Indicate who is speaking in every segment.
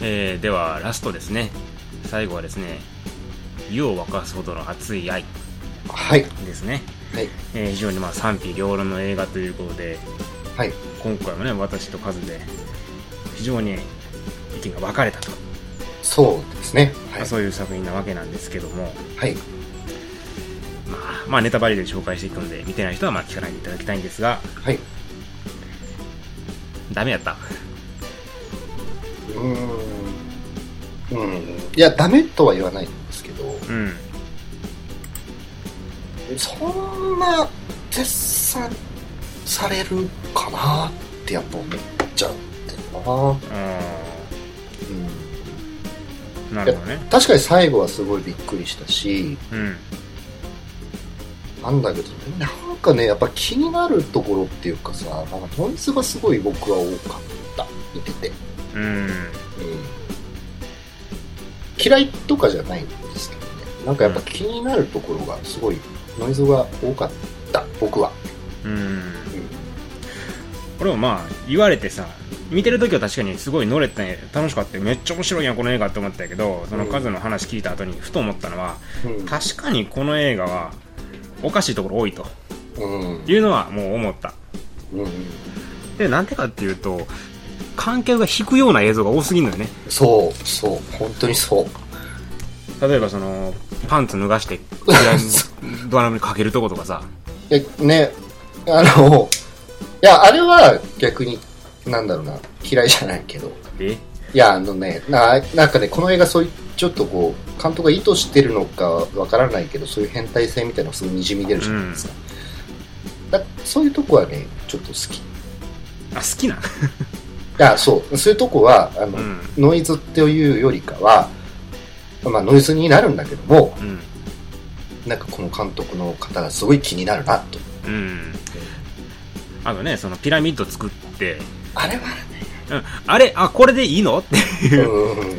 Speaker 1: えーではラストですね最後はですね湯を沸かすほどの熱い愛
Speaker 2: はい。
Speaker 1: ですね、
Speaker 2: はい。
Speaker 1: えー非常にまあ賛否両論の映画ということで
Speaker 2: はい。
Speaker 1: 今回もね私とカズで非常に意見が分かれたと、
Speaker 2: そうですね。はい。
Speaker 1: そういう作品なわけなんですけども、
Speaker 2: はい。
Speaker 1: まあ、まあネタバレで紹介していくので見てない人はまあ聞かないでいただきたいんですが
Speaker 2: はい。
Speaker 1: ダメやった
Speaker 2: うーん。うん。いや、ダメとは言わないんですけど、
Speaker 1: うん
Speaker 2: そんな絶賛されるかなってやっぱ思っちゃってるな。
Speaker 1: あ
Speaker 2: うん。
Speaker 1: ーなるほどね
Speaker 2: 確かに最後はすごいびっくりしたし、
Speaker 1: うん
Speaker 2: なんだけど、なんかね、やっぱ気になるところっていうかさ、なんかノイズがすごい僕は多かった。見てて。うん。
Speaker 1: うん
Speaker 2: 嫌いとかじゃないんですけどね。なんかやっぱ気になるところがすごい、ノイズが多かった。僕は。
Speaker 1: うん
Speaker 2: うん。
Speaker 1: これもまあ言われてさ見てる時は確かにすごい乗れたね楽しかったよめっちゃ面白いやんこの映画って思ったけどその
Speaker 2: うん
Speaker 1: カズの話聞いた後にふと思ったのは
Speaker 2: うん
Speaker 1: 確かにこの映画はおかしいところ多いと
Speaker 2: うん。
Speaker 1: いうのはもう思った
Speaker 2: うん。
Speaker 1: でなんでかっていうと観客が引くような映像が多すぎるのよね
Speaker 2: そう、そう。本当にそう。
Speaker 1: 例えばそのパンツ脱が してドラムドラムにかけるとことかさ
Speaker 2: え、ね、あの、いや、あれは逆に、なんだろうな、嫌いじゃないけど。
Speaker 1: え
Speaker 2: いや、あのね、ななんかね、この映画、そういう、ちょっとこう、監督が意図してるのかわからないけど、そういう変態性みたいなのがすごい滲み出るじゃないですか。だそういうとこはね、ちょっと好き。
Speaker 1: あ好きな
Speaker 2: あそう、そういうとこは、あの、
Speaker 1: うん
Speaker 2: ノイズっていうよりかは、まあ、ノイズになるんだけども、
Speaker 1: うん
Speaker 2: なんかこの監督の方がすごい気になるな、と。
Speaker 1: うんあとねそのピラミッド作って、
Speaker 2: あれは
Speaker 1: うん、あれあこれでいいのって
Speaker 2: ね、うん。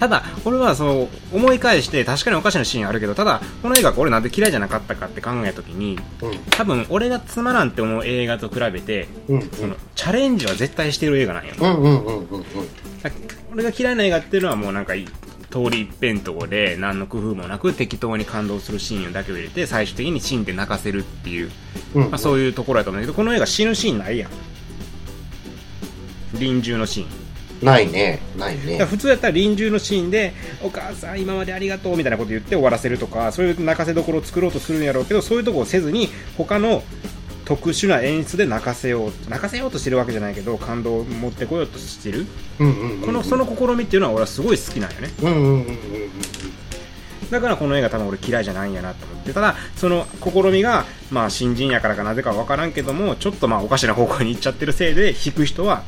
Speaker 1: ただ、これはそう思い返して確かにおかしなシーンあるけどただ、この映画が俺なんで嫌いじゃなかったかって考えた時に
Speaker 2: う
Speaker 1: 多分、俺がつまらんって思う映画と比べて
Speaker 2: ん。うん。
Speaker 1: そのチャレンジは絶対してる映画なんよ
Speaker 2: うんうんうんうんうん。
Speaker 1: だ俺が嫌いな映画っていうのはもうなんかい通り一辺倒で何の工夫もなく適当に感動するシーンだけを入れて最終的に死んで泣かせるっていう、
Speaker 2: うん
Speaker 1: まあ、そういうところだと思うんだけどこの映画死ぬシーンないやん臨終のシーン
Speaker 2: ないね、ない
Speaker 1: いや
Speaker 2: ね。
Speaker 1: 普通やったら臨終のシーンでお母さん今までありがとうみたいなこと言って終わらせるとかそういう泣かせどころを作ろうとするんやろうけどそういうとこをせずに他の特殊な演出で泣かせよう泣かせようとしてるわけじゃないけど感動を持ってこようとしてる
Speaker 2: うんうんうんうん。
Speaker 1: このその試みっていうのは俺はすごい好きなんよね
Speaker 2: うんうんうんうんうん。
Speaker 1: だからこの映画多分俺嫌いじゃないんやなと思ってただその試みがまあ新人やからかなぜかわからんけどもちょっとまあおかしな方向に行っちゃってるせいで引く人は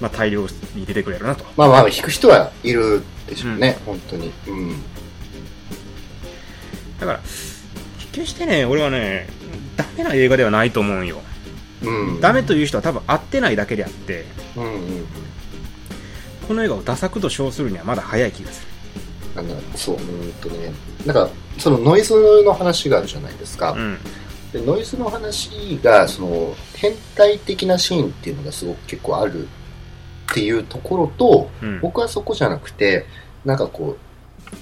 Speaker 1: まあ大量に出てくれるなと
Speaker 2: まあまあ、弾く人はいるでしょうね、本当に。うん。
Speaker 1: だから、決してね、俺はね、ダメな映画ではないと思うんよ。
Speaker 2: うん。
Speaker 1: ダメという人は多分合ってないだけであって、
Speaker 2: うんうんうん。
Speaker 1: この映画をダ作と称するにはまだ早い気がす
Speaker 2: なんだ、そう、うんとね。なんか、そのノイズの話があるじゃないですか
Speaker 1: る。う。ん。
Speaker 2: でノイズの話が、その、変態的なシーンっていうのがすごく結構あるっていうところと、
Speaker 1: うん。
Speaker 2: 僕はそこじゃなくて、なんかこ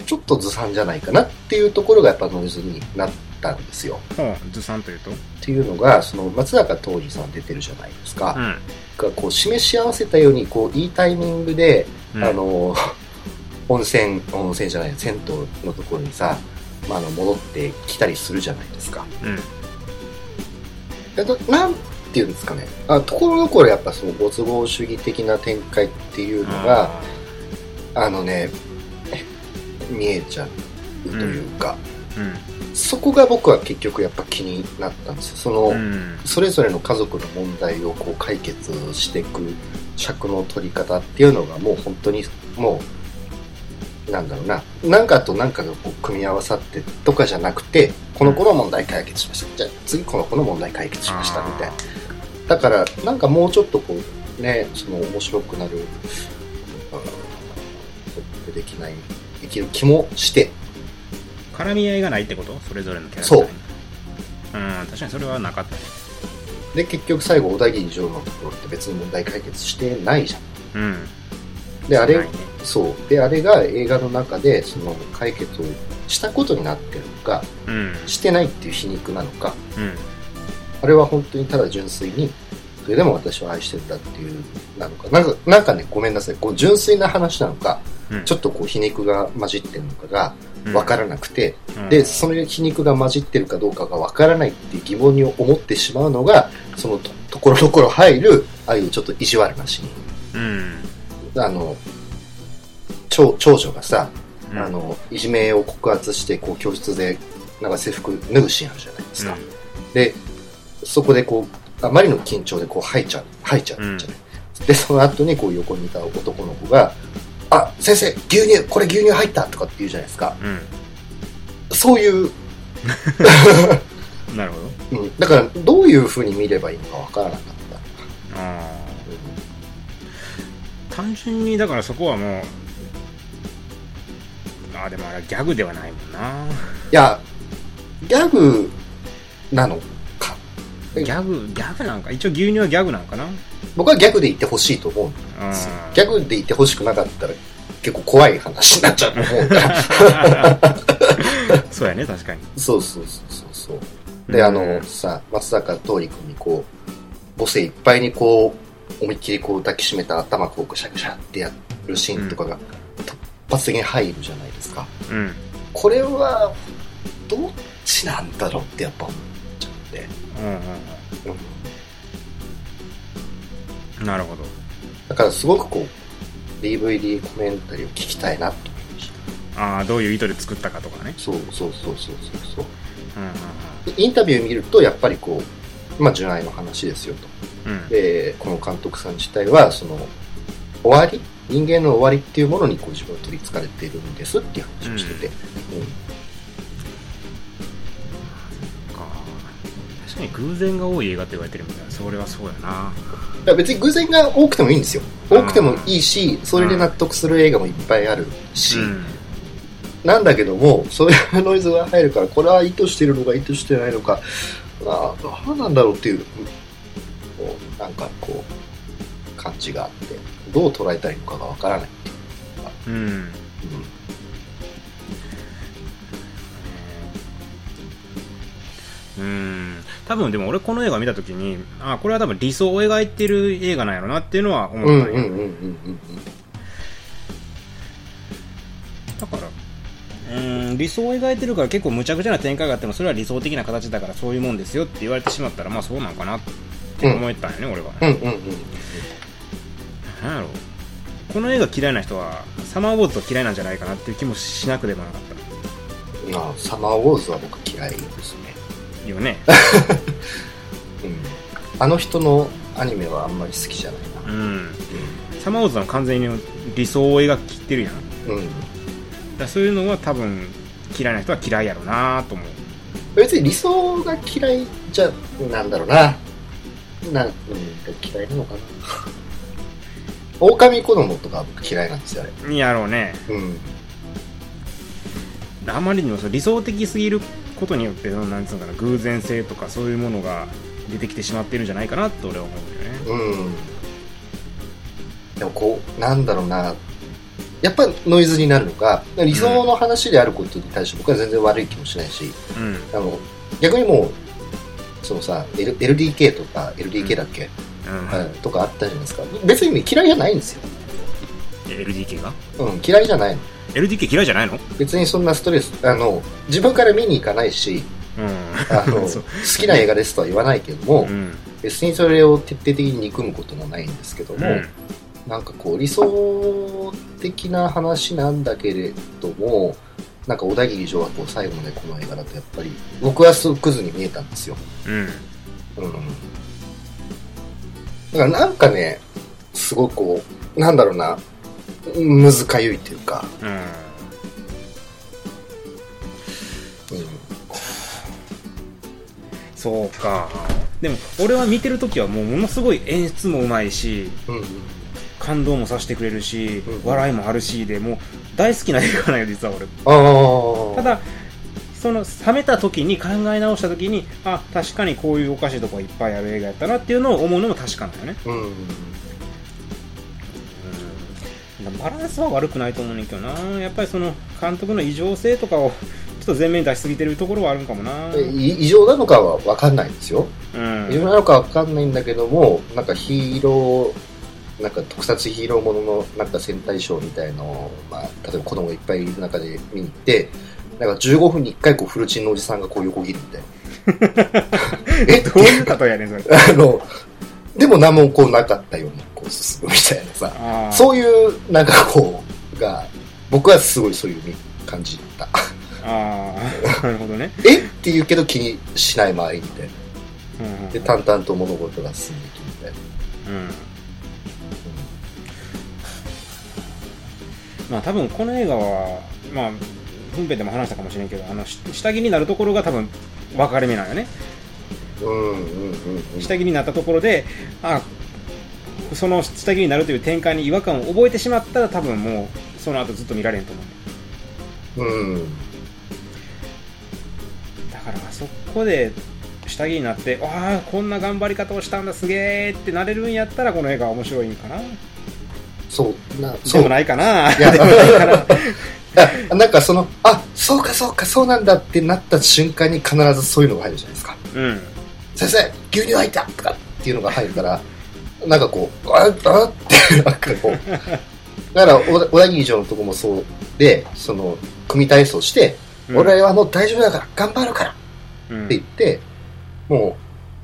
Speaker 2: う、ちょっとずさんじゃないかなっていうところがやっぱノイズになったんですよ。
Speaker 1: ほう、ずさんというと。
Speaker 2: っていうのが、その松坂桃李さん出てるじゃないですか。
Speaker 1: ん。
Speaker 2: がこう示し合わせたように、こう、いいタイミングで、
Speaker 1: うん
Speaker 2: あ、の、 温泉、温泉じゃない、銭湯のところにさ、まあ、あの戻ってきたりするじゃないですか。
Speaker 1: うん。
Speaker 2: だだなんていうんですかね。あところどころやっぱそのご都合主義的な展開っていうのが、あのね、見えちゃうというか、
Speaker 1: うん。
Speaker 2: そこが僕は結局やっぱ気になったんですよ。その、
Speaker 1: うん。
Speaker 2: それぞれの家族の問題をこう解決していく尺の取り方っていうのがもう本当にもう、なんだろうな、なんかとなんかがこう組み合わさってとかじゃなくて、この子の問題解決しました。じゃあ次この子の問題解決しましたみたいな。だからなんかもうちょっとこうねその面白くなるあーできないできる気もして
Speaker 1: 絡み合いがないってことそれぞれのキャラクター
Speaker 2: そう
Speaker 1: にうん、確かにそれはなかったね。
Speaker 2: で結局最後小田切城のところって別に問題解決してないじゃん
Speaker 1: うん。
Speaker 2: で、あ
Speaker 1: ない
Speaker 2: れ
Speaker 1: ね、
Speaker 2: そう。で、あれが映画の中で、その解決をしたことになってるのか、
Speaker 1: うん
Speaker 2: してないっていう皮肉なのか、
Speaker 1: うん
Speaker 2: あれは本当にただ純粋に、それでも私は愛してたっていう、なのか。なんか、なんかね、ごめんなさい。こう、純粋な話なのか、
Speaker 1: うん
Speaker 2: ちょっとこう、皮肉が混じってるのかが
Speaker 1: うん
Speaker 2: 分からなくて、
Speaker 1: うん
Speaker 2: で、その皮肉が混じってるかどうかが分からないっていう疑問に思ってしまうのが、そのとところどころ入る、ああいうちょっと意地悪なシ
Speaker 1: うん
Speaker 2: ーン。あの、長長女がさ、
Speaker 1: うん
Speaker 2: あの、いじめを告発して、こう、教室で、なんか制服脱ぐシーンあるじゃないですか。で、そこでこう、あまりの緊張でこう吐いちゃう、吐いちゃうじゃない。で、その後にこう横にいた男の子が、あ、先生、牛乳、これ牛乳入ったとかって言うじゃないですか。
Speaker 1: うん
Speaker 2: そういう、
Speaker 1: うんなるほど
Speaker 2: うん、だからどういう風に見ればいいのかわからなかった。
Speaker 1: あー単純にだからそこはもうあーでもあれはギャグではないもんない
Speaker 2: や、ギャグなのか。
Speaker 1: ギャグギャグなんか一応牛乳はギャグなんかなうん
Speaker 2: 僕はギャグで言ってほしいと思うんです。ギャグで言ってほしくなかったら結構怖い話になっちゃうと思うから。
Speaker 1: そうやね確かに
Speaker 2: そうそうそうそう。で、あ
Speaker 1: うん
Speaker 2: の、さ、松坂桃李君にこう、母性いっぱいにこう、思いっきりこう抱きしめた頭こうぐしゃぐしゃってやるシーンとかが、突発的に入るじゃないですか。
Speaker 1: うん
Speaker 2: これは、どっちなんだろうってやっぱ思っちゃって。
Speaker 1: うんうんうんなるほど
Speaker 2: だからすごくこう、DVD コメンタリーを聞きたいなと思いました。
Speaker 1: ああどういう意図で作ったかとかね
Speaker 2: そうそうそうそうそうそう。
Speaker 1: うんうん
Speaker 2: インタビュー見ると、やっぱりこう、まあ、純愛の話ですよと。
Speaker 1: うんうん
Speaker 2: でこの監督さん自体はその終わり人間の終わりっていうものにこう自分は取りつかれているんですっていう話をしてて、うん
Speaker 1: そっか確かに偶然が多い映画って言われてるみたいなそれはそうやな
Speaker 2: だから別に偶然が多くてもいいんですよ多くてもいいしそれで納得する映画もいっぱいあるし、
Speaker 1: うん
Speaker 2: なんだけどもそういうノイズが入るからこれは意図してるのか意図してないのかああ何なんだろうっていうこうなんかこう感じがあってどう捉えたらいいのかがわからない、
Speaker 1: うん
Speaker 2: うん
Speaker 1: うん多分でも俺この映画見た時にあこれは多分理想を描いてる映画なんやろなっていうのは思った
Speaker 2: うんん
Speaker 1: や、
Speaker 2: うんうんうんうん
Speaker 1: だからうん理想を描いてるから結構無茶苦茶な展開があってもそれは理想的な形だからそういうもんですよって言われてしまったらまあそうなんかなって思えたんよね、俺は
Speaker 2: うんう
Speaker 1: ね、
Speaker 2: んうんうん
Speaker 1: なんやろうこの映画嫌いな人はサマーウォーズと嫌いなんじゃないかなっていう気もしなくでもなかっ
Speaker 2: あサマーウォーズは僕嫌いですね、
Speaker 1: たよね
Speaker 2: うん、あの人のアニメはあんまり好きじゃないな
Speaker 1: うんサマーウォーズは完全に理想を描きってるやん
Speaker 2: うん、うん、
Speaker 1: だからそういうのは多分嫌いな人は嫌いやろうなと思う
Speaker 2: 別に理想が嫌いじゃなんだろうなな、うん、嫌いなのかな 狼子供とか僕嫌いなんですよあれ
Speaker 1: やろうね
Speaker 2: うん
Speaker 1: あまりにもその理想的すぎることによってそのなんつうのかな偶然性とかそういうものが出てきてしまってるんじゃないかなと俺は思うよね
Speaker 2: うんでもこうなんだろうなやっぱノイズになるのか理想の話であることに対して僕は全然悪い気もしないし、
Speaker 1: うん
Speaker 2: あの、逆にもう、そのさ、L、LDK とか、LDK だっけ、
Speaker 1: うん
Speaker 2: うんとかあったじゃないですか。別にね嫌いじゃないんですよ。
Speaker 1: LDK が
Speaker 2: うん、嫌いじゃないの。
Speaker 1: LDK 嫌いじゃないの
Speaker 2: 別にそんなストレス、あの、自分から見に行かないし、あ
Speaker 1: う
Speaker 2: の、
Speaker 1: ん
Speaker 2: 好
Speaker 1: う
Speaker 2: きな映画ですとは言わないけども、
Speaker 1: うん
Speaker 2: 別にそれを徹底的に憎むこともないんですけど
Speaker 1: う
Speaker 2: も、
Speaker 1: ん
Speaker 2: なんかこう、理想的な話なんだけれども、なんか小田切城はこう最後までこの映画だとやっぱり、僕はすごくクズに見えたんですよ。
Speaker 1: うん
Speaker 2: うんだからなんかね、すごくこう、なんだろうな、むずかゆいっていうか、
Speaker 1: うん
Speaker 2: うん
Speaker 1: そうかでも俺は見てる時はもうものすごい演出もうまいし
Speaker 2: うん
Speaker 1: 感動もさせてくれるし、
Speaker 2: うん
Speaker 1: 笑いもあるしでもう大好きな映画なんよ実は俺
Speaker 2: あー
Speaker 1: ただその冷めた時に考え直した時にあ確かにこういうおかしいとこがいっぱいある映画やったなっていうのを思うのも確かなんだよね
Speaker 2: うん、
Speaker 1: バランスは悪くないと思うねんけどなやっぱりその監督の異常性とかをちょっと前面に出しすぎてるところはあるんかもな
Speaker 2: でい異常なのかは分かんないんですよ。
Speaker 1: うん
Speaker 2: 異常なのか分かんないんだけども、なんかヒーロー、なんか特撮ヒーローもののなんか戦隊ショーみたいのを、まあ、例えば子供がいっぱいいる中で見に行って、なんか15分に1回こうフルチンのおじさんがこう横切るみたいな。 え
Speaker 1: どういうことやねんそれ
Speaker 2: あの、でも何もこうなかったようにこう進むみたいなさ。
Speaker 1: ああ
Speaker 2: そういう、なんかこう、が、僕はすごいそういう感じだった。
Speaker 1: ああ なるほどね、
Speaker 2: えって言うけど気にしない間合いみたいな。
Speaker 1: うんうんうん
Speaker 2: で、淡々と物事が進んでいくみたいな。
Speaker 1: うんまあ多分この映画はまあ本編でも話したかもしれんけどあのし下着になるところが多分分かれ目なんよね
Speaker 2: うんうんうんうん。
Speaker 1: 下着になったところであその下着になるという展開に違和感を覚えてしまったら多分もうその後ずっと見られんと思う
Speaker 2: うん。
Speaker 1: だからあそこで下着になってああこんな頑張り方をしたんだすげえってなれるんやったらこの映画は面白いんかな
Speaker 2: そう、な、
Speaker 1: そ
Speaker 2: そうう。
Speaker 1: ないかな
Speaker 2: いや、 あなんかその、あ、そうかそうかそうなんだってなった瞬間に必ずそういうのが入るじゃないですか。
Speaker 1: うん
Speaker 2: 先生、牛乳入ったとかっていうのが入るから、なんかこう、ああって、なんかこう。だから、小田小田切城のとこもそうで、その、組体操して、
Speaker 1: うん
Speaker 2: 俺はもう大丈夫だから、頑張るからっ
Speaker 1: うん
Speaker 2: て言って、も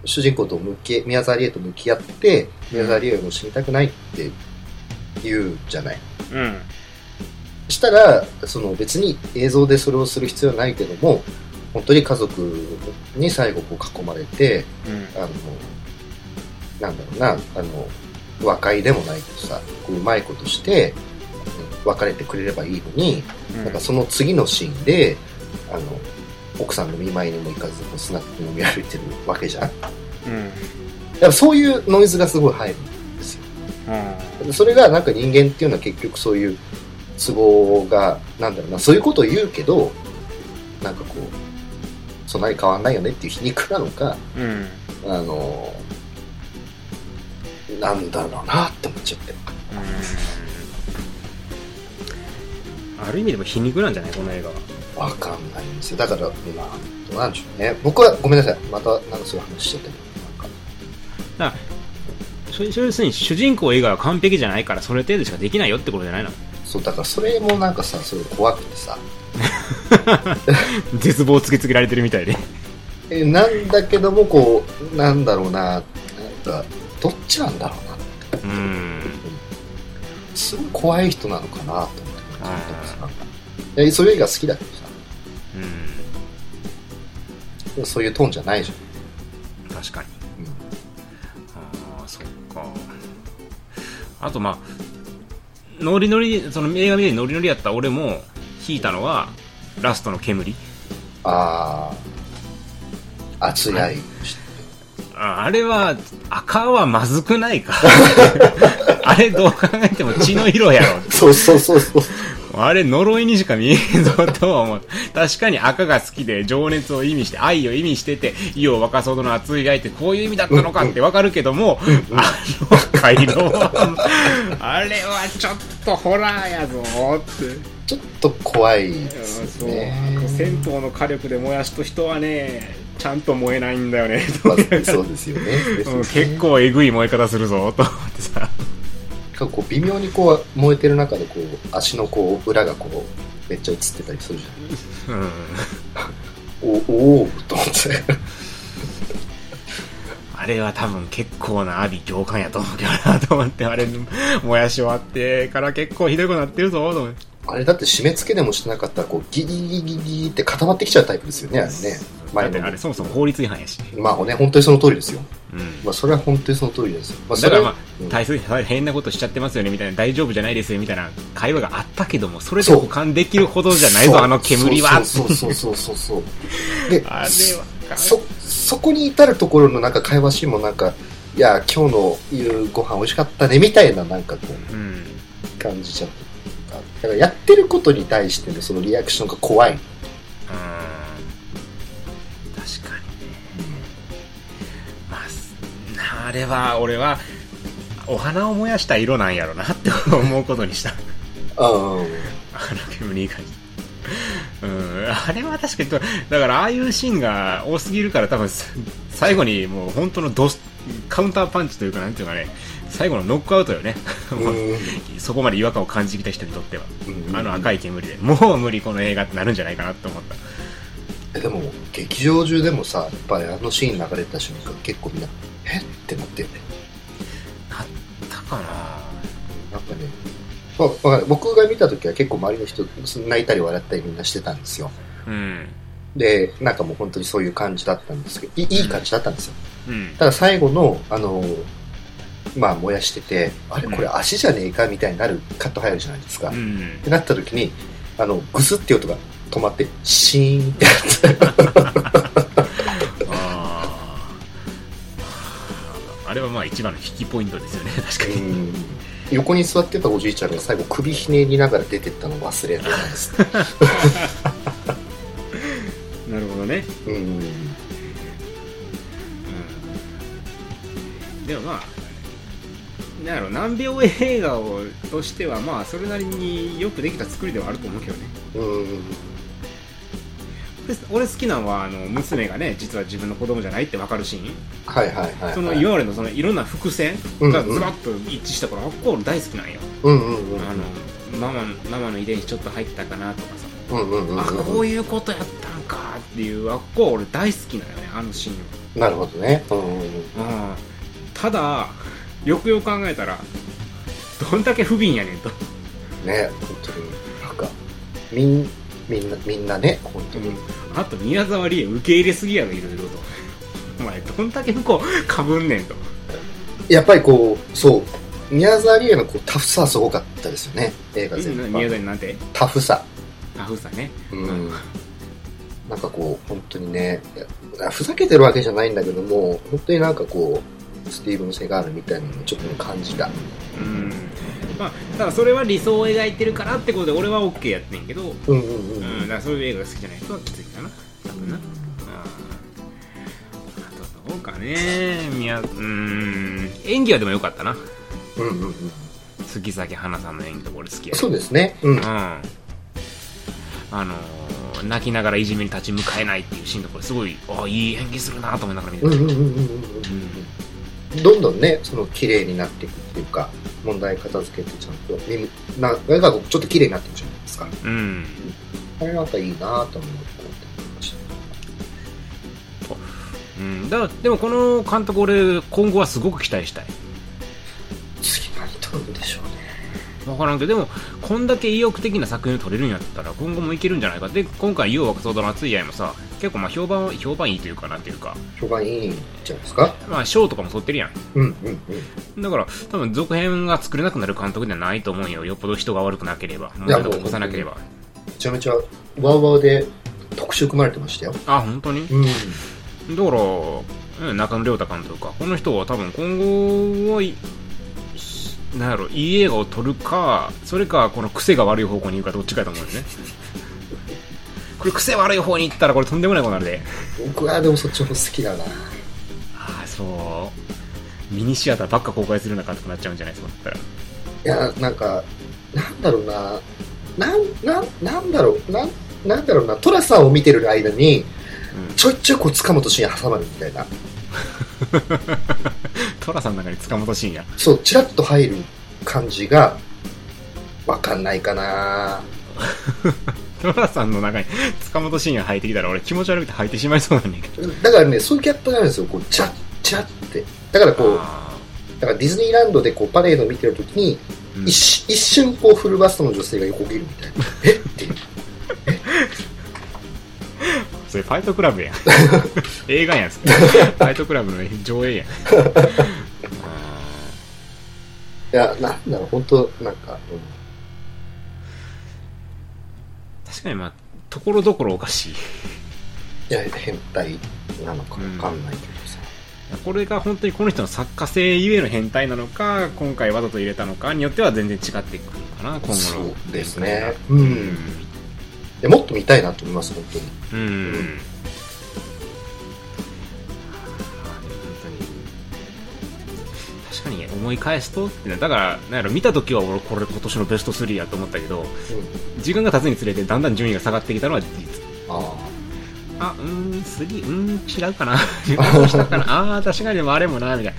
Speaker 2: う、主人公と向き、宮沢りえと向き合って、宮沢りえも死にたくないって言うじゃない。
Speaker 1: うん
Speaker 2: したら、その別に映像でそれをする必要はないけども、本当に家族に最後こう囲まれて、
Speaker 1: うん
Speaker 2: あの、なんだろうな、あの、和解でもないけどさ、こううまいことして、別れてくれればいいのに、
Speaker 1: うん
Speaker 2: なんかその次のシーンで、あの、奥さんの見舞いにも行かず、こうスナック飲み歩いてるわけじゃ
Speaker 1: うん
Speaker 2: ん。だからそういうノイズがすごい入る。
Speaker 1: あ
Speaker 2: それがなんか人間っていうのは結局そういう都合が、なんだろうな、そういうことを言うけど、なんかこう、そんなに変わんないよねっていう皮肉なのか、
Speaker 1: ーうん
Speaker 2: あの、なんだろうなって思っちゃって。
Speaker 1: ある意味でも皮肉なんじゃないこの映画は
Speaker 2: わかんないんですよ。だから、まあ、どうなんでしょうね。僕は、ごめんなさい。また、なんかそういう話しちゃったけど、
Speaker 1: それそれ要するに主人公以外は完璧じゃないからそれ程度しかできないよってことじゃないの
Speaker 2: そう、だからそれもなんかさ、それ怖くてさ、
Speaker 1: 絶望を突きつけられてるみたいで
Speaker 2: えなんだけども、こう、なんだろうな、なんか、どっちなんだろうな
Speaker 1: うん
Speaker 2: すごい怖い人なのかなと思って
Speaker 1: あ
Speaker 2: えそれ以外好きだけどさ
Speaker 1: うん
Speaker 2: でもそういうトーンじゃないじ
Speaker 1: 確かに
Speaker 2: ゃん、
Speaker 1: ああそっかあとまあノリノリその映画見てノリノリやった俺も引いたのはラストの煙
Speaker 2: ああ熱い愛
Speaker 1: ああれは赤はまずくないか あれどう考えても血の色やろ
Speaker 2: そうそうそうそう
Speaker 1: あれ呪いにしか見えんぞとは思う。確かに赤が好きで情熱を意味して愛を意味してて、意を沸かすほどの熱い愛ってこういう意味だったのかってわかるけども、あの回路は、あれはちょっとホラーやぞって。
Speaker 2: ちょっと怖い
Speaker 1: いや
Speaker 2: です
Speaker 1: そう、
Speaker 2: ね
Speaker 1: 銭湯の火力で燃やしと人はね、ちゃんと燃えないんだよね、と
Speaker 2: まあ
Speaker 1: 思って
Speaker 2: そうですよねです
Speaker 1: う
Speaker 2: よ
Speaker 1: ん
Speaker 2: ね
Speaker 1: 結構えぐい燃え方するぞ、と思ってさ。
Speaker 2: なんかこう微妙にこう燃えてる中でこう足のこう裏がこうめっちゃ映ってたりするじ
Speaker 1: うん
Speaker 2: ゃんおおおと思って
Speaker 1: あれは多分結構な阿炎共感やと思うけどなと思って、あれ、燃やし終わってから結構ひどくなってるぞ、と思って。
Speaker 2: あれだって締め付けでもしてなかったらこうギリギリギリギリって固まってきちゃうタイプですよねあれね
Speaker 1: だ
Speaker 2: 前
Speaker 1: って
Speaker 2: の
Speaker 1: あれそもそも法律違反やし。
Speaker 2: まあね本当にその通りですよ
Speaker 1: うん。
Speaker 2: まあ、それは本当にその通りですよ。まあ、そ
Speaker 1: だ
Speaker 2: れ
Speaker 1: から
Speaker 2: は
Speaker 1: まあ
Speaker 2: うん、
Speaker 1: 大切変なことしちゃってますよね、みたいな、大丈夫じゃないですよ、みたいな会話があったけども、それで
Speaker 2: そう
Speaker 1: 保管できるほどじゃないぞ、
Speaker 2: そう
Speaker 1: あの煙は。
Speaker 2: そうそうそうそうそうそう。で、
Speaker 1: あれはあかん、
Speaker 2: そ、そこに至るところのなんか会話シーンもなんか、いや、今日の夕ご飯美味しかったね、みたいななんかこう、
Speaker 1: うん。
Speaker 2: 感じちゃった。だからやってることに対してのそのリアクションが怖い。
Speaker 1: うーん確かにねまあすなあれは俺はお花を燃やした色なんやろなって思うことにした。
Speaker 2: うん。
Speaker 1: あの煙に感じた。うん、あれは確かにと、だからああいうシーンが多すぎるから多分、す最後にもう本当のドス、カウンターパンチというかなんていうかね、最後のノックアウトよね。そこまで違和感を感じてきた人にとっては。あの赤
Speaker 2: い。
Speaker 1: い煙で、もう無理この映画ってなるんじゃないかなと思った。
Speaker 2: えでも、劇場中でもさ、やっぱりあのシーン流れた瞬間、結構みんな、えってなってよね。
Speaker 1: なったかな
Speaker 2: なんかね、まあ、わかる僕が見た時は結構周りの人、泣いたり笑ったりみんなしてたんですよ。
Speaker 1: うん。
Speaker 2: で、なんかもう本当にそういう感じだったんですけど、いいいい感じだったんですよ。
Speaker 1: うん。
Speaker 2: ただ最後の、あの、まあ燃やしてて、あれこれ足じゃねえかみたいになるカット入るじゃないですか。
Speaker 1: う
Speaker 2: っ
Speaker 1: ん。
Speaker 2: てなった時に、あの、グスっていう音が止まって、シーンってなって、
Speaker 1: あーあれはまあ一番の引きポイントですよね、確かに。
Speaker 2: 横に座ってたおじいちゃんが最後首ひねりながら出てったの忘れられないです。
Speaker 1: なるほどね。
Speaker 2: うん。
Speaker 1: でもまあ、なんやろ、難病映画をとしては、まあ、それなりによくできた作りではあると思うけどね。
Speaker 2: うん。
Speaker 1: で俺好きなのは、あの、娘がね、実は自分の子供じゃないって分かるシーン。
Speaker 2: はいはいはい、はい。
Speaker 1: その、今までのその、いろんな伏線がズバッと一致したから、あっこ俺大好きなんよ。
Speaker 2: うんうんうん。
Speaker 1: あの、ママ、ママの遺伝子ちょっと入ったかなとかさ。
Speaker 2: うんうんうん、
Speaker 1: あこういうことやったんかっていうあっこは俺大好きなのよねあのシーン
Speaker 2: なるほどね。うんうんうん。
Speaker 1: は、うん、ただよくよく考えたらどんだけ不憫やねんと
Speaker 2: ね、本当に。なんか、みん、みんな、みんなね、本当に。
Speaker 1: あと宮沢りえ受け入れすぎやろいろいろとお前どんだけ不幸かぶんねんと
Speaker 2: やっぱりこう、そう、宮沢りえのこうタフさはすごかったですよね、映画全
Speaker 1: 宮
Speaker 2: 般。
Speaker 1: 沢になんて
Speaker 2: タフさ。
Speaker 1: あふさね
Speaker 2: うん。なんかこう、本当にね、いやふざけてるわけじゃないんだけども、本当になんかこう、スティーブン・セガールみたいなのをちょっとね感じた。
Speaker 1: うんまあただそれは理想を描いてるからってことで俺は OK やってんけど
Speaker 2: うんうんう。
Speaker 1: うんん、だからそういう映画が好きじゃない人はきついかな多分な、うん、あとどうかねみやうーん演技はでもよかったな
Speaker 2: うんうんうん。
Speaker 1: 杉咲花さんの演技とか俺好きや
Speaker 2: そうですね。うん。
Speaker 1: うんあのー泣きながらいじめに立ち向かえないっていうシーンとかすごいあいい演技するなと思いながら見て
Speaker 2: う
Speaker 1: た
Speaker 2: んうんうんうん
Speaker 1: う
Speaker 2: うんん。どんどんね、その綺麗になっていくっていうか、問題片付けてちゃんと、みななんかちょっと綺麗になってるじゃないですか。
Speaker 1: うん
Speaker 2: あれなんかいいなぁと思ってまし
Speaker 1: うん、だからでもこの監督俺今後はすごく期待したい
Speaker 2: た。次何撮るんでしょうね。
Speaker 1: 分からんけどでもこんだけ意欲的な作品を撮れるんやったら今後もいけるんじゃないかで今回「湯を沸かそうだな熱い愛」もさ結構まあ評判評判いいというかなんていうか
Speaker 2: 評判いいんじゃないですか
Speaker 1: まあ賞とかも取ってるや
Speaker 2: うんうんうん。
Speaker 1: んだから多分続編が作れなくなる監督ではないと思うよよっぽど人が悪くなければ問題とか起こさなければ
Speaker 2: めちゃめちゃワウワウで特集組まれてましたよ。
Speaker 1: あ本当に
Speaker 2: うん。
Speaker 1: だからうん中野亮太監督かこの人は多分今後はいしなんやろいい映画を撮るかそれかこの癖が悪い方向に行くかどっちかやと思うんですねこれ癖悪い方に行ったらこれとんでもないことになるで
Speaker 2: 僕はでもそっちの方好きだな
Speaker 1: ああそうミニシアターばっか公開するような監督になっちゃうんじゃないですかだったら
Speaker 2: いや、なんか、なんだろうななん、なん、なんだろう、なん、なんだろうな、トラさんを見てる間に、ちょいちょいこう掴むとシーン挟まるみたいな。
Speaker 1: トラさんの中に塚本慎也
Speaker 2: そう、チラッと入る感じが、わかんないかな
Speaker 1: トラさんの中に塚本慎也入ってきたら俺気持ち悪くて入ってしまいそうなんだけど
Speaker 2: だからね、そういうキャップがあるんですよ。こう、チラッ、チラッって。だからこう、
Speaker 1: あ
Speaker 2: だからディズニーランドでこうパレードを見てるときに、
Speaker 1: ーうん
Speaker 2: 一瞬一瞬こうフルバストの女性が横切るみたいな。えっていう。
Speaker 1: それファイトクラブやん映画やんそれファイトクラブの上映やんあ
Speaker 2: いや、なんだろう、本当なんか、
Speaker 1: ー確かにまあところどころおかしい
Speaker 2: いや、変態なのかわかんないけどさ。
Speaker 1: これが本当にこの人の作家性ゆえの変態なのか今回わざと入れたのかによっては全然違ってくるのかな今後の
Speaker 2: そうですね
Speaker 1: う
Speaker 2: うんん、でもっと見たいなと思います、本当に。
Speaker 1: うん本
Speaker 2: ん
Speaker 1: 当に確かに思い返すとってねだからなんやろ見た時は俺これ今年のベスト3やと思ったけど時間が経つにつれてだんだん順位が下がってきたのは事実
Speaker 2: ああ。
Speaker 1: あうーん3うーん違うかなこうしたかなあー確かにでもあれもなみたい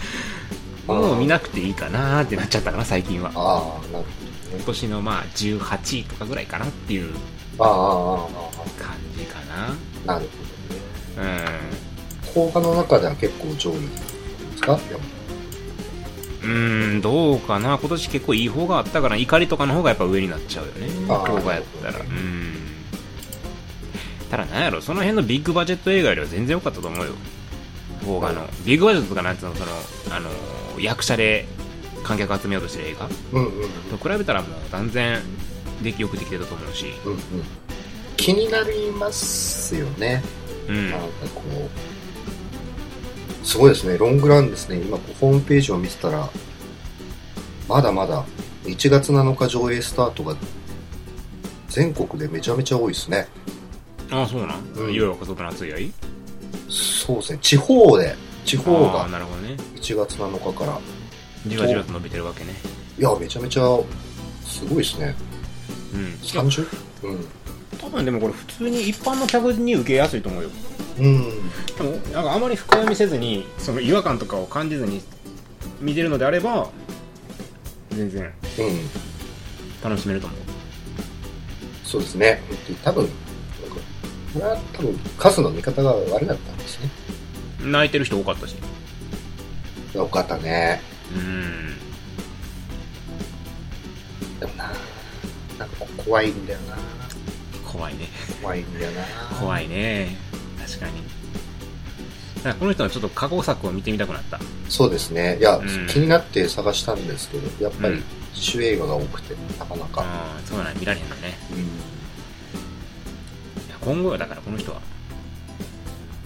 Speaker 1: なもう見なくていいかなってなっちゃったかな最近は
Speaker 2: ああ、なる
Speaker 1: 今年のまあ18位とかぐらいかなっていう
Speaker 2: ほど。ああ、ああ、あ
Speaker 1: 感じかな
Speaker 2: あ、なる
Speaker 1: う
Speaker 2: ほどね。邦画の中では結構上位ですかでも
Speaker 1: んうーんどうかな今年結構いい方があったから怒りとかの方がやっぱ上になっちゃうよね
Speaker 2: あー
Speaker 1: 動画やったらうんただなんやろその辺のビッグバジェット映画よりは全然良かったと思うよ動画のビッグバジェットとかなんつうのそのあの役者で観客集めようとしてる映画
Speaker 2: うんうんうん
Speaker 1: と比べたらもう断然出来よくできてたと思うし、
Speaker 2: うんうん。気になりますよね。
Speaker 1: うん
Speaker 2: なんかこう、すごいですね、ロングランですね、今こうホームページを見てたら、まだまだ1月7日上映スタートが全国でめちゃめちゃ多いですね。
Speaker 1: ああそうなん、
Speaker 2: うん
Speaker 1: いよいよ加速の熱いやい
Speaker 2: そうですね、地方で、地方
Speaker 1: あー
Speaker 2: が
Speaker 1: なるほどね
Speaker 2: 1月7日から、
Speaker 1: じわじわと伸びてるわけね
Speaker 2: いや、めちゃめちゃすごいですね、
Speaker 1: うんいや
Speaker 2: 30? うん。
Speaker 1: 多分でもこれ普通に一般の客に受けやすいと思うよ
Speaker 2: うん。
Speaker 1: でもなんかあまり深読みせずにその違和感とかを感じずに見てるのであれば全然
Speaker 2: うん。
Speaker 1: 楽しめると思う
Speaker 2: そうですね。多分、なんかこれは多分、数の見方が悪かったんですね。
Speaker 1: 泣いてる人多かったし
Speaker 2: よかったね。
Speaker 1: うん
Speaker 2: でもな、なんか怖いんだよな。
Speaker 1: 怖いね
Speaker 2: 怖いんだよな。い。
Speaker 1: 怖いね確かになんかこの人のちょっと過去作を見てみたくなった
Speaker 2: そうですね。いや、
Speaker 1: うん
Speaker 2: 気になって探したんですけど、やっぱ
Speaker 1: う
Speaker 2: り
Speaker 1: ん
Speaker 2: 主映画が多くて、なかなか。
Speaker 1: あそうなんや見られへんのね
Speaker 2: うん。
Speaker 1: いや今後はだからこの人は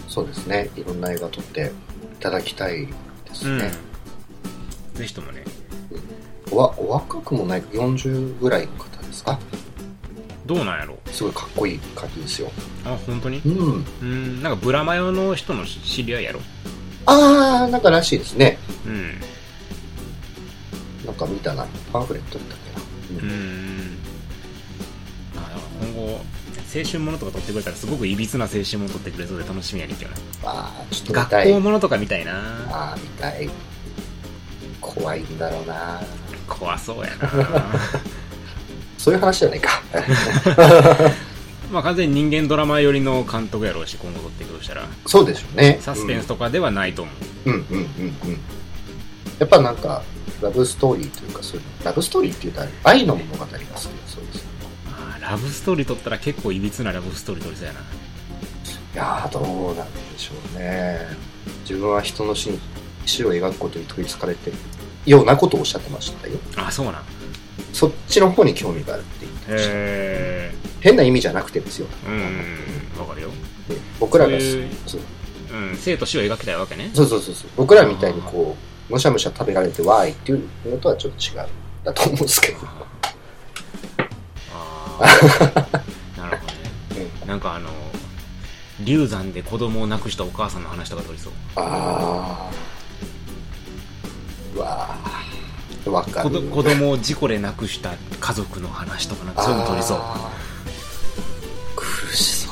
Speaker 2: そうですね。いろんな映画撮っていただきたいですね。
Speaker 1: ぜひともね
Speaker 2: おわお若くもない、40ぐらいの方ですか
Speaker 1: どうなんやろう
Speaker 2: すごいかっこいい感じですよ。
Speaker 1: あ本当に
Speaker 2: うん。
Speaker 1: うんなんかブラマヨの人の知り合いやろ
Speaker 2: あー、なんからしいですね。
Speaker 1: うん
Speaker 2: なんか見たな。パンフレットだったっけな。
Speaker 1: うーんあだから今後青春ものとか撮ってくれたらすごくいびつな青春もの撮ってくれそうで楽しみやねんけどな
Speaker 2: あー、ちょっと見た
Speaker 1: 学
Speaker 2: い。
Speaker 1: 校ものとかみたいな
Speaker 2: あー、見たい。怖いんだろうな。
Speaker 1: 怖そうやな
Speaker 2: そういう話じゃないか。
Speaker 1: まあ完全に人間ドラマ寄りの監督やろうし今後撮っていくとしたら
Speaker 2: そうでしょうね。
Speaker 1: サスペンスとかではないと思う、
Speaker 2: うん。うんうんうんうん。やっぱなんか、ラブストーリーというか、そういうラブストーリーって言うとあれ愛の物語が好きだそうです。
Speaker 1: あーラブストーリー撮ったら結構いびつなラブストーリー撮りそうやない
Speaker 2: やー、どうなんでしょうね。自分は人の死に、死を描くことに取り憑かれてるようなことをおっしゃってましたよ。
Speaker 1: あーそうなん
Speaker 2: そっちの方に興味があるって言ってました。
Speaker 1: へえ
Speaker 2: 変な意味じゃなくてですよ。
Speaker 1: うんわかるよ、
Speaker 2: で僕らが
Speaker 1: そういう
Speaker 2: そう
Speaker 1: うん、生と死を描きたいわけね
Speaker 2: そうそうそうそう。僕らみたいにこう、むしゃむしゃ食べられてわーいっていうのとはちょっと違う。だと思うんですけど。
Speaker 1: あー なるほどね
Speaker 2: うん
Speaker 1: なんかあの流産で子供を亡くしたお母さんの話とか取りそう
Speaker 2: ああ。わあ。わか
Speaker 1: 子
Speaker 2: る。
Speaker 1: ど子供を事故で亡くした家族の話とかなんかそういうの取りそう
Speaker 2: あー苦しそう。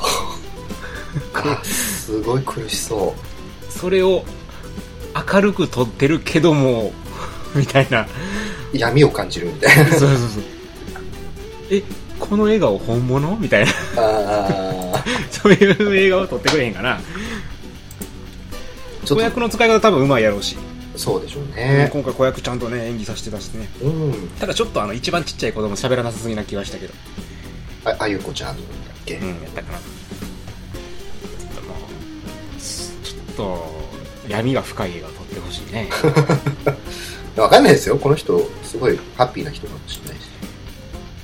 Speaker 2: あすごい苦しそ
Speaker 1: それを明るく撮ってるけども みたいな
Speaker 2: う。闇を感じるみたい
Speaker 1: そうそうそうえこの笑顔本物みたいな
Speaker 2: な。ああ。
Speaker 1: そういう映画を撮ってくれへんかな
Speaker 2: ちょ
Speaker 1: 子
Speaker 2: っ
Speaker 1: 役の使い方多分うまいやろうし、
Speaker 2: と、そうでしょうね。
Speaker 1: 今回子役ちゃんとね演技させてたしね
Speaker 2: うん。
Speaker 1: ただちょっとあの一番ちっちゃい子供喋らなさすぎな気はしたけど
Speaker 2: あ、あゆこちゃんだっけ、
Speaker 1: うん、やったかな。もう、ちょっと、闇が深い映画を撮ってほしい ね。
Speaker 2: わかんないですよ。この人、すごいハッピーな人かもしれないし。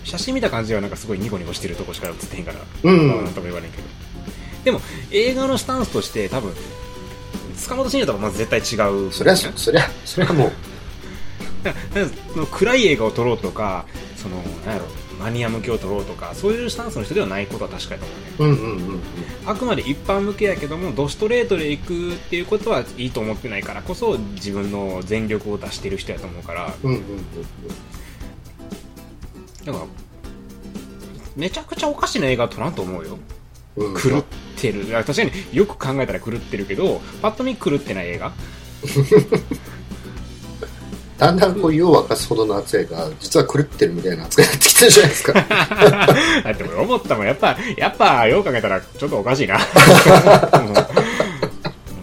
Speaker 1: 写真見た感じはなんかすごいニコニコしてるとこしか映ってへんから、
Speaker 2: うん
Speaker 1: まあなんとも言われんけど。でも、映画のスタンスとして多分、塚本慎也とはまず絶対違う。
Speaker 2: そりゃ、そそりゃ、そりゃもう、
Speaker 1: だからその暗い映画を撮ろうとか、その、なんやろ、まマニア向けを取ろうとかそういうスタンスの人ではないことは確かだと思うね
Speaker 2: うんうんうんうん
Speaker 1: あくまで一般向けやけどもドストレートで行くっていうことはいいと思ってないからこそ自分の全力を出してる人やと思うから
Speaker 2: うんうんうん
Speaker 1: なんかめちゃくちゃおかしな映画撮らんと思うよ
Speaker 2: うんうん
Speaker 1: 狂ってるいや確かによく考えたら狂ってるけどパッと見狂ってない映画
Speaker 2: だんだんこう、湯を沸かすほどの熱いが、実は狂ってるみたいな扱いになってきてるじゃないですか。
Speaker 1: だって俺思ったもんやっぱやっぱよう考えたらちょっとおかしいな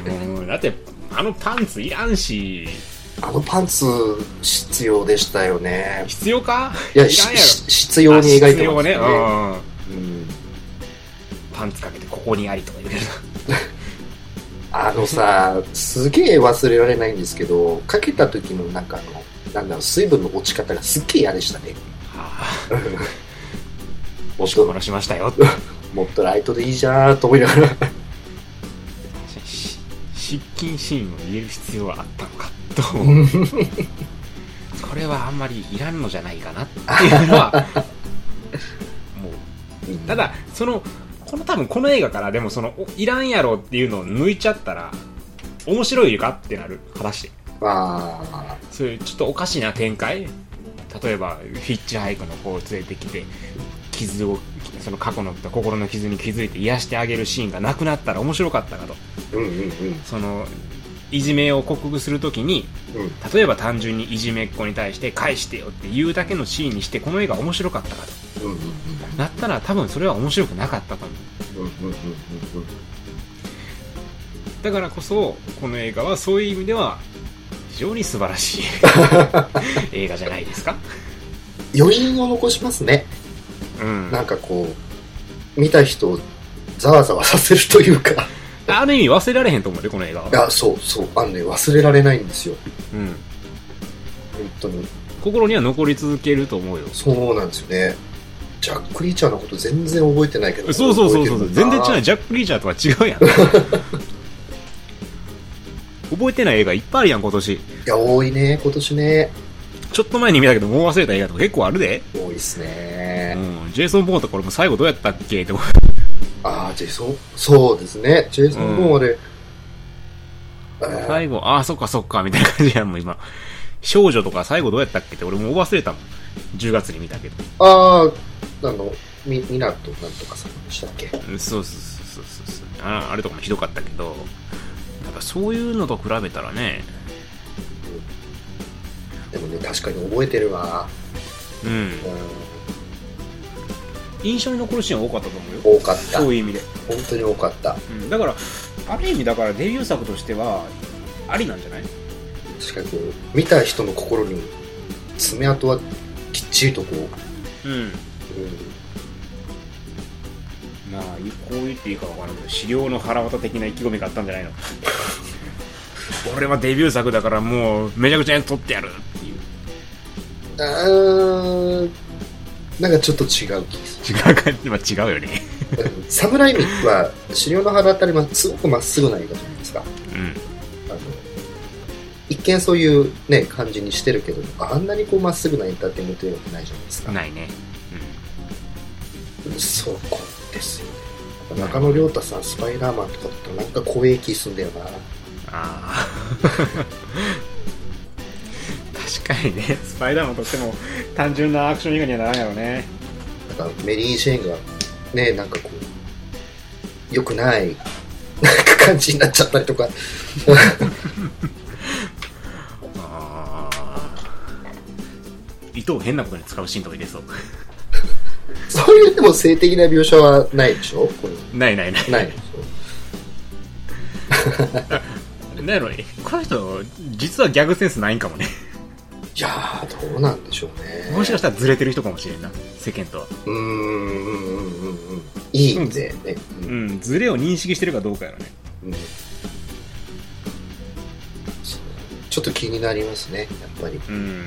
Speaker 1: うんうんだってあのパンツいらんし
Speaker 2: あのパンツ、必要でしたよね。
Speaker 1: 必要か
Speaker 2: いや、
Speaker 1: い
Speaker 2: し
Speaker 1: らんやろ
Speaker 2: し必要に描いてます
Speaker 1: 必要
Speaker 2: よね。
Speaker 1: ね、うん
Speaker 2: うん
Speaker 1: パンツかけてここにありとか言うけど
Speaker 2: あのさ、すげえ忘れられないんですけど、かけた時のなんかあの、なんだろう、水分の落ち方がすっげえ嫌でしたね。
Speaker 1: あ
Speaker 2: もっ
Speaker 1: あ、
Speaker 2: と、
Speaker 1: 殺しましたよって。
Speaker 2: もっとライトでいいじゃーと思いながら。
Speaker 1: し失禁シーンを入れる必要はあったのか、と
Speaker 2: う
Speaker 1: 思う。
Speaker 2: ん
Speaker 1: これはあんまりいらんのじゃないかなっていうのは、もう。た、だ、その、この多分この映画からでもその、おいらんやろっていうのを抜いちゃったら、面白いかってなる、果たして。
Speaker 2: まあ、
Speaker 1: そういうちょっとおかしな展開例えばヒッチハイクの子を連れてきて傷をその過去の心の傷に気づいて癒してあげるシーンがなくなったら面白かったかと
Speaker 2: うんうん
Speaker 1: そのいじめを克服するときに
Speaker 2: うん。うん。
Speaker 1: 例えば単純にいじめっ子に対して返してよって言うだけのシーンにしてこの映画面白かったかと
Speaker 2: うんうん
Speaker 1: なったら多分それは面白くなかったと思う
Speaker 2: うんうんうんうんうん
Speaker 1: だからこそこの映画はそういう意味では非常に素晴らしい映画じゃないですか
Speaker 2: 余韻を残しますね。
Speaker 1: うん
Speaker 2: なんかこう、見た人をざわざわさせるというか。
Speaker 1: ある意味忘れられへんと思うでこの映画はい
Speaker 2: や、そうそう。あのね、忘れられないんですよ。
Speaker 1: うん、
Speaker 2: 本当に。
Speaker 1: 心には残り続けると思うよ
Speaker 2: そうなんですよね。ジャック・リーチャーのこと全然覚えてないけど。
Speaker 1: そうそうそうそう
Speaker 2: 覚えてる
Speaker 1: 全
Speaker 2: もん
Speaker 1: 然
Speaker 2: な
Speaker 1: 違うジャック・リーチャーとは違うやん 覚えてない映画いっぱいあるやん今年
Speaker 2: いや、多いね、今年ね。
Speaker 1: ちょっと前に見たけどもう忘れた映画とか結構あるで、
Speaker 2: 多いっす
Speaker 1: う
Speaker 2: ね。
Speaker 1: ん、ジェイソン・ボーンとか俺も最後どうやったっけって思
Speaker 2: ああ、ジェイソン、そうですね。ジェイソン・ボーンはね、あ
Speaker 1: う
Speaker 2: ー
Speaker 1: 最後ああそっかそっかみたいな感じやんもう今少女とか最後どうやったっけって俺もう忘れたもん10月に見たけど
Speaker 2: あー、あの、み、みなとなんとかさんでしたっけ。
Speaker 1: うんそうそうそうそうそうそうああれとかもひどかったけどやっぱそういうのと比べたらね
Speaker 2: でもね、確かに覚えてるわ。
Speaker 1: うん
Speaker 2: うん、
Speaker 1: 印象に残るシーンは多かったと思うよ
Speaker 2: 多かった。
Speaker 1: そう
Speaker 2: 本
Speaker 1: いう意味で、
Speaker 2: 当に多かった。
Speaker 1: うん、だからある意味だからデビュー作としてはありなんじゃない
Speaker 2: 確かにこう、見た人の心に爪痕はきっちりとこう、
Speaker 1: うんまあいこう言っていいかわからんけど資料の腹渡的な意気込みがあったんじゃないの俺はデビュー作だからもうめちゃくちゃに撮ってやるっていう
Speaker 2: うん、あーなんかちょっと違う気がする。
Speaker 1: 違う感じは違うよね
Speaker 2: サムライミは狩猟の腹あたりますごくまっすぐな映画じゃないですか
Speaker 1: うん
Speaker 2: あの一見そういう、ね、感じにしてるけどあんなにこうまっすぐなエンターテインメント映画ってないじゃないですか
Speaker 1: ないね
Speaker 2: そこですよね中野亮太さんスパイダーマンとかだとなんか怖い気すんだよな
Speaker 1: うんああ 確かにねスパイダーマンとしても単純なアクション以外にはならんやろね
Speaker 2: なんかメリー・シェーンがねなんかこう良くない なんか感じになっちゃったりとか
Speaker 1: あー糸を変なことに使うシーンとか入れそう
Speaker 2: そういうでも性的な描写はないでしょこ れ
Speaker 1: ないないない
Speaker 2: ないでしょ
Speaker 1: なんやろねこの人実はギャグセンスないんかもね
Speaker 2: いやーどうなんでしょうね
Speaker 1: もしかしたらずれてる人かもしれんな世間とは
Speaker 2: うーんうんうんうんうんいいんだよね。
Speaker 1: うんずれを認識してるかどうかやろね
Speaker 2: うんそうちょっと気になりますね、やっぱり。
Speaker 1: うん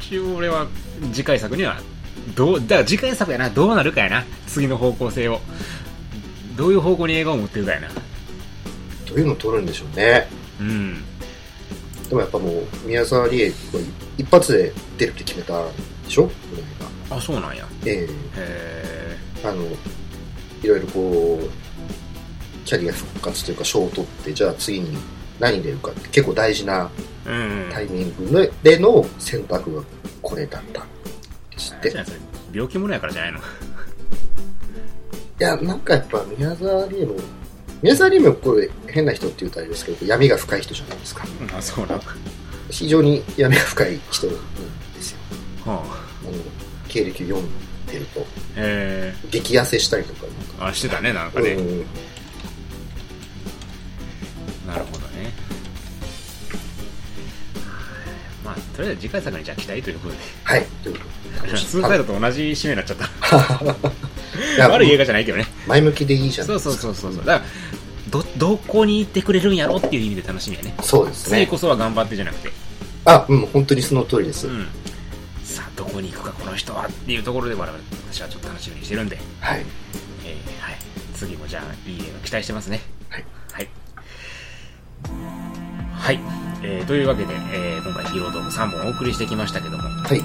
Speaker 1: 一応俺は次回作にはどうだから次回作やなどうなるかやな次の方向性をどういう方向に映画を持ってるかやな
Speaker 2: どういうの撮るんでしょうね。
Speaker 1: うん
Speaker 2: でもやっぱもう、宮沢りえは一発で出るって決めたんでしょこの映画。
Speaker 1: あそうなんや
Speaker 2: え
Speaker 1: へ
Speaker 2: えあの、いろいろこう、キャリア復活というか賞を取って、じゃあ次に何出るかって結構大事な
Speaker 1: えうん
Speaker 2: タイミングでの選択がこれだったんです
Speaker 1: あ
Speaker 2: って
Speaker 1: れじ。ゃないそれ病気ものやからじゃないの
Speaker 2: いや、なんかやっぱ宮沢りえも、宮沢りえもこれ変な人って言うとあれですけど、闇が深い人じゃないですか。
Speaker 1: あ そうなん
Speaker 2: 非常に闇が深い人なんですよ。
Speaker 1: はあ
Speaker 2: あの経歴読んでると、
Speaker 1: へえ
Speaker 2: 激痩せしたりとかなんか。
Speaker 1: あしてたねなんかね、
Speaker 2: うん
Speaker 1: なるほどねまあとりあえず次回作にじゃあ期待という ことで
Speaker 2: はい、というこ
Speaker 1: スーサイドと同じ締めになっちゃった
Speaker 2: とでいや
Speaker 1: 悪い映画じゃないけどね
Speaker 2: 前向きでいいじゃな
Speaker 1: そ
Speaker 2: いうです
Speaker 1: そ
Speaker 2: か。
Speaker 1: うそうそうそうだからどどこに行ってくれるんやろっていう意味で楽しみやね
Speaker 2: そうです
Speaker 1: 次
Speaker 2: ね。
Speaker 1: こそは頑張ってじゃなくて、
Speaker 2: あ、うん、本当にその通りです。
Speaker 1: うん、さあどこに行くかこの人はっていうところで我々私はちょっと楽しみにしてるんで、
Speaker 2: はい。
Speaker 1: えーはい、次もじゃあいい映画期待してますね
Speaker 2: はい、
Speaker 1: はいはいえーというわけで、えー今回ヒーロードーム3本お送りしてきましたけども、はい
Speaker 2: はい。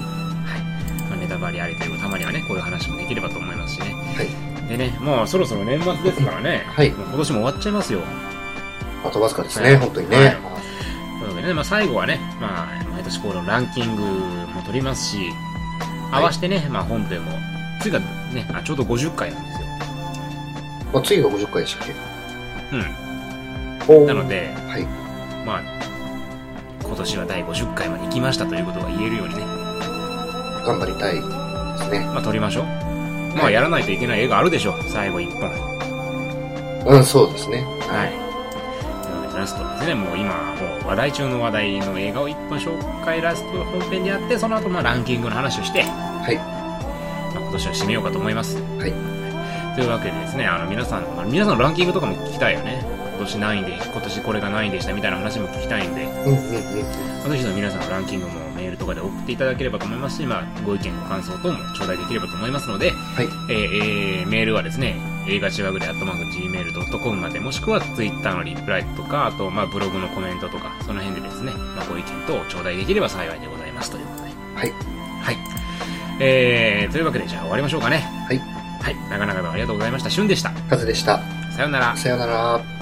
Speaker 1: まあ、ネタバレありというかたまにはねこういう話もできればと思いますしね
Speaker 2: はい。
Speaker 1: でねもうそろそろ年末ですからね、
Speaker 2: はい
Speaker 1: もう今年も終わっちゃいますよ
Speaker 2: あとわずかです
Speaker 1: は
Speaker 2: ね、
Speaker 1: い
Speaker 2: 本当にね。
Speaker 1: はい
Speaker 2: は
Speaker 1: なのでね、まあ、最後はね、まあ、毎年このランキングも取りますし、合わせてね、まあ、本編も、つうかね、あ、ちょうど50回なんですよ。
Speaker 2: いまあ、次が50回でしたっけ
Speaker 1: う
Speaker 2: お
Speaker 1: ん。なの。で、
Speaker 2: はい。
Speaker 1: まあ、今年は第50回まで行きましたということが言えるようにね、
Speaker 2: 頑張りたいですね。
Speaker 1: まあ、撮りましょう。まあ、やらないといけない映画あるでしょう。最後一本。は
Speaker 2: うん、そうですね。
Speaker 1: い。なので、ラストですね、もう今、もう話題中の話題の映画を一本紹介ラスト本編でやって、その後、まあ、ランキングの話をして、
Speaker 2: はい。
Speaker 1: まあ今年は締めようかと思います。
Speaker 2: はい。
Speaker 1: というわけでですね、あの皆さん、あの皆さんのランキングとかも聞きたいよね。今年何位で、今年これが何位でしたみたいな話も聞きたいんで、
Speaker 2: うん、うん、うん。
Speaker 1: ぜひとも皆さんのランキングもメールとかで送っていただければと思いますし、まあ、ご意見、ご感想等も頂戴できればと思いますので、
Speaker 2: はい。
Speaker 1: えーえーメールはですね、映画ちわぐれ、アットマーク、gmail.com まで、もしくは Twitter のリプライとか、あと、まあ、ブログのコメントとか、その辺でですね、まあ、ご意見等を頂戴できれば幸いでございますということで。
Speaker 2: はい。
Speaker 1: はい。えー、というわけで、じゃあ終わりましょうかね。
Speaker 2: はい
Speaker 1: はい。長々とありがとうございました。しゅんでした。
Speaker 2: カズでした。
Speaker 1: さようなら。
Speaker 2: さようなら。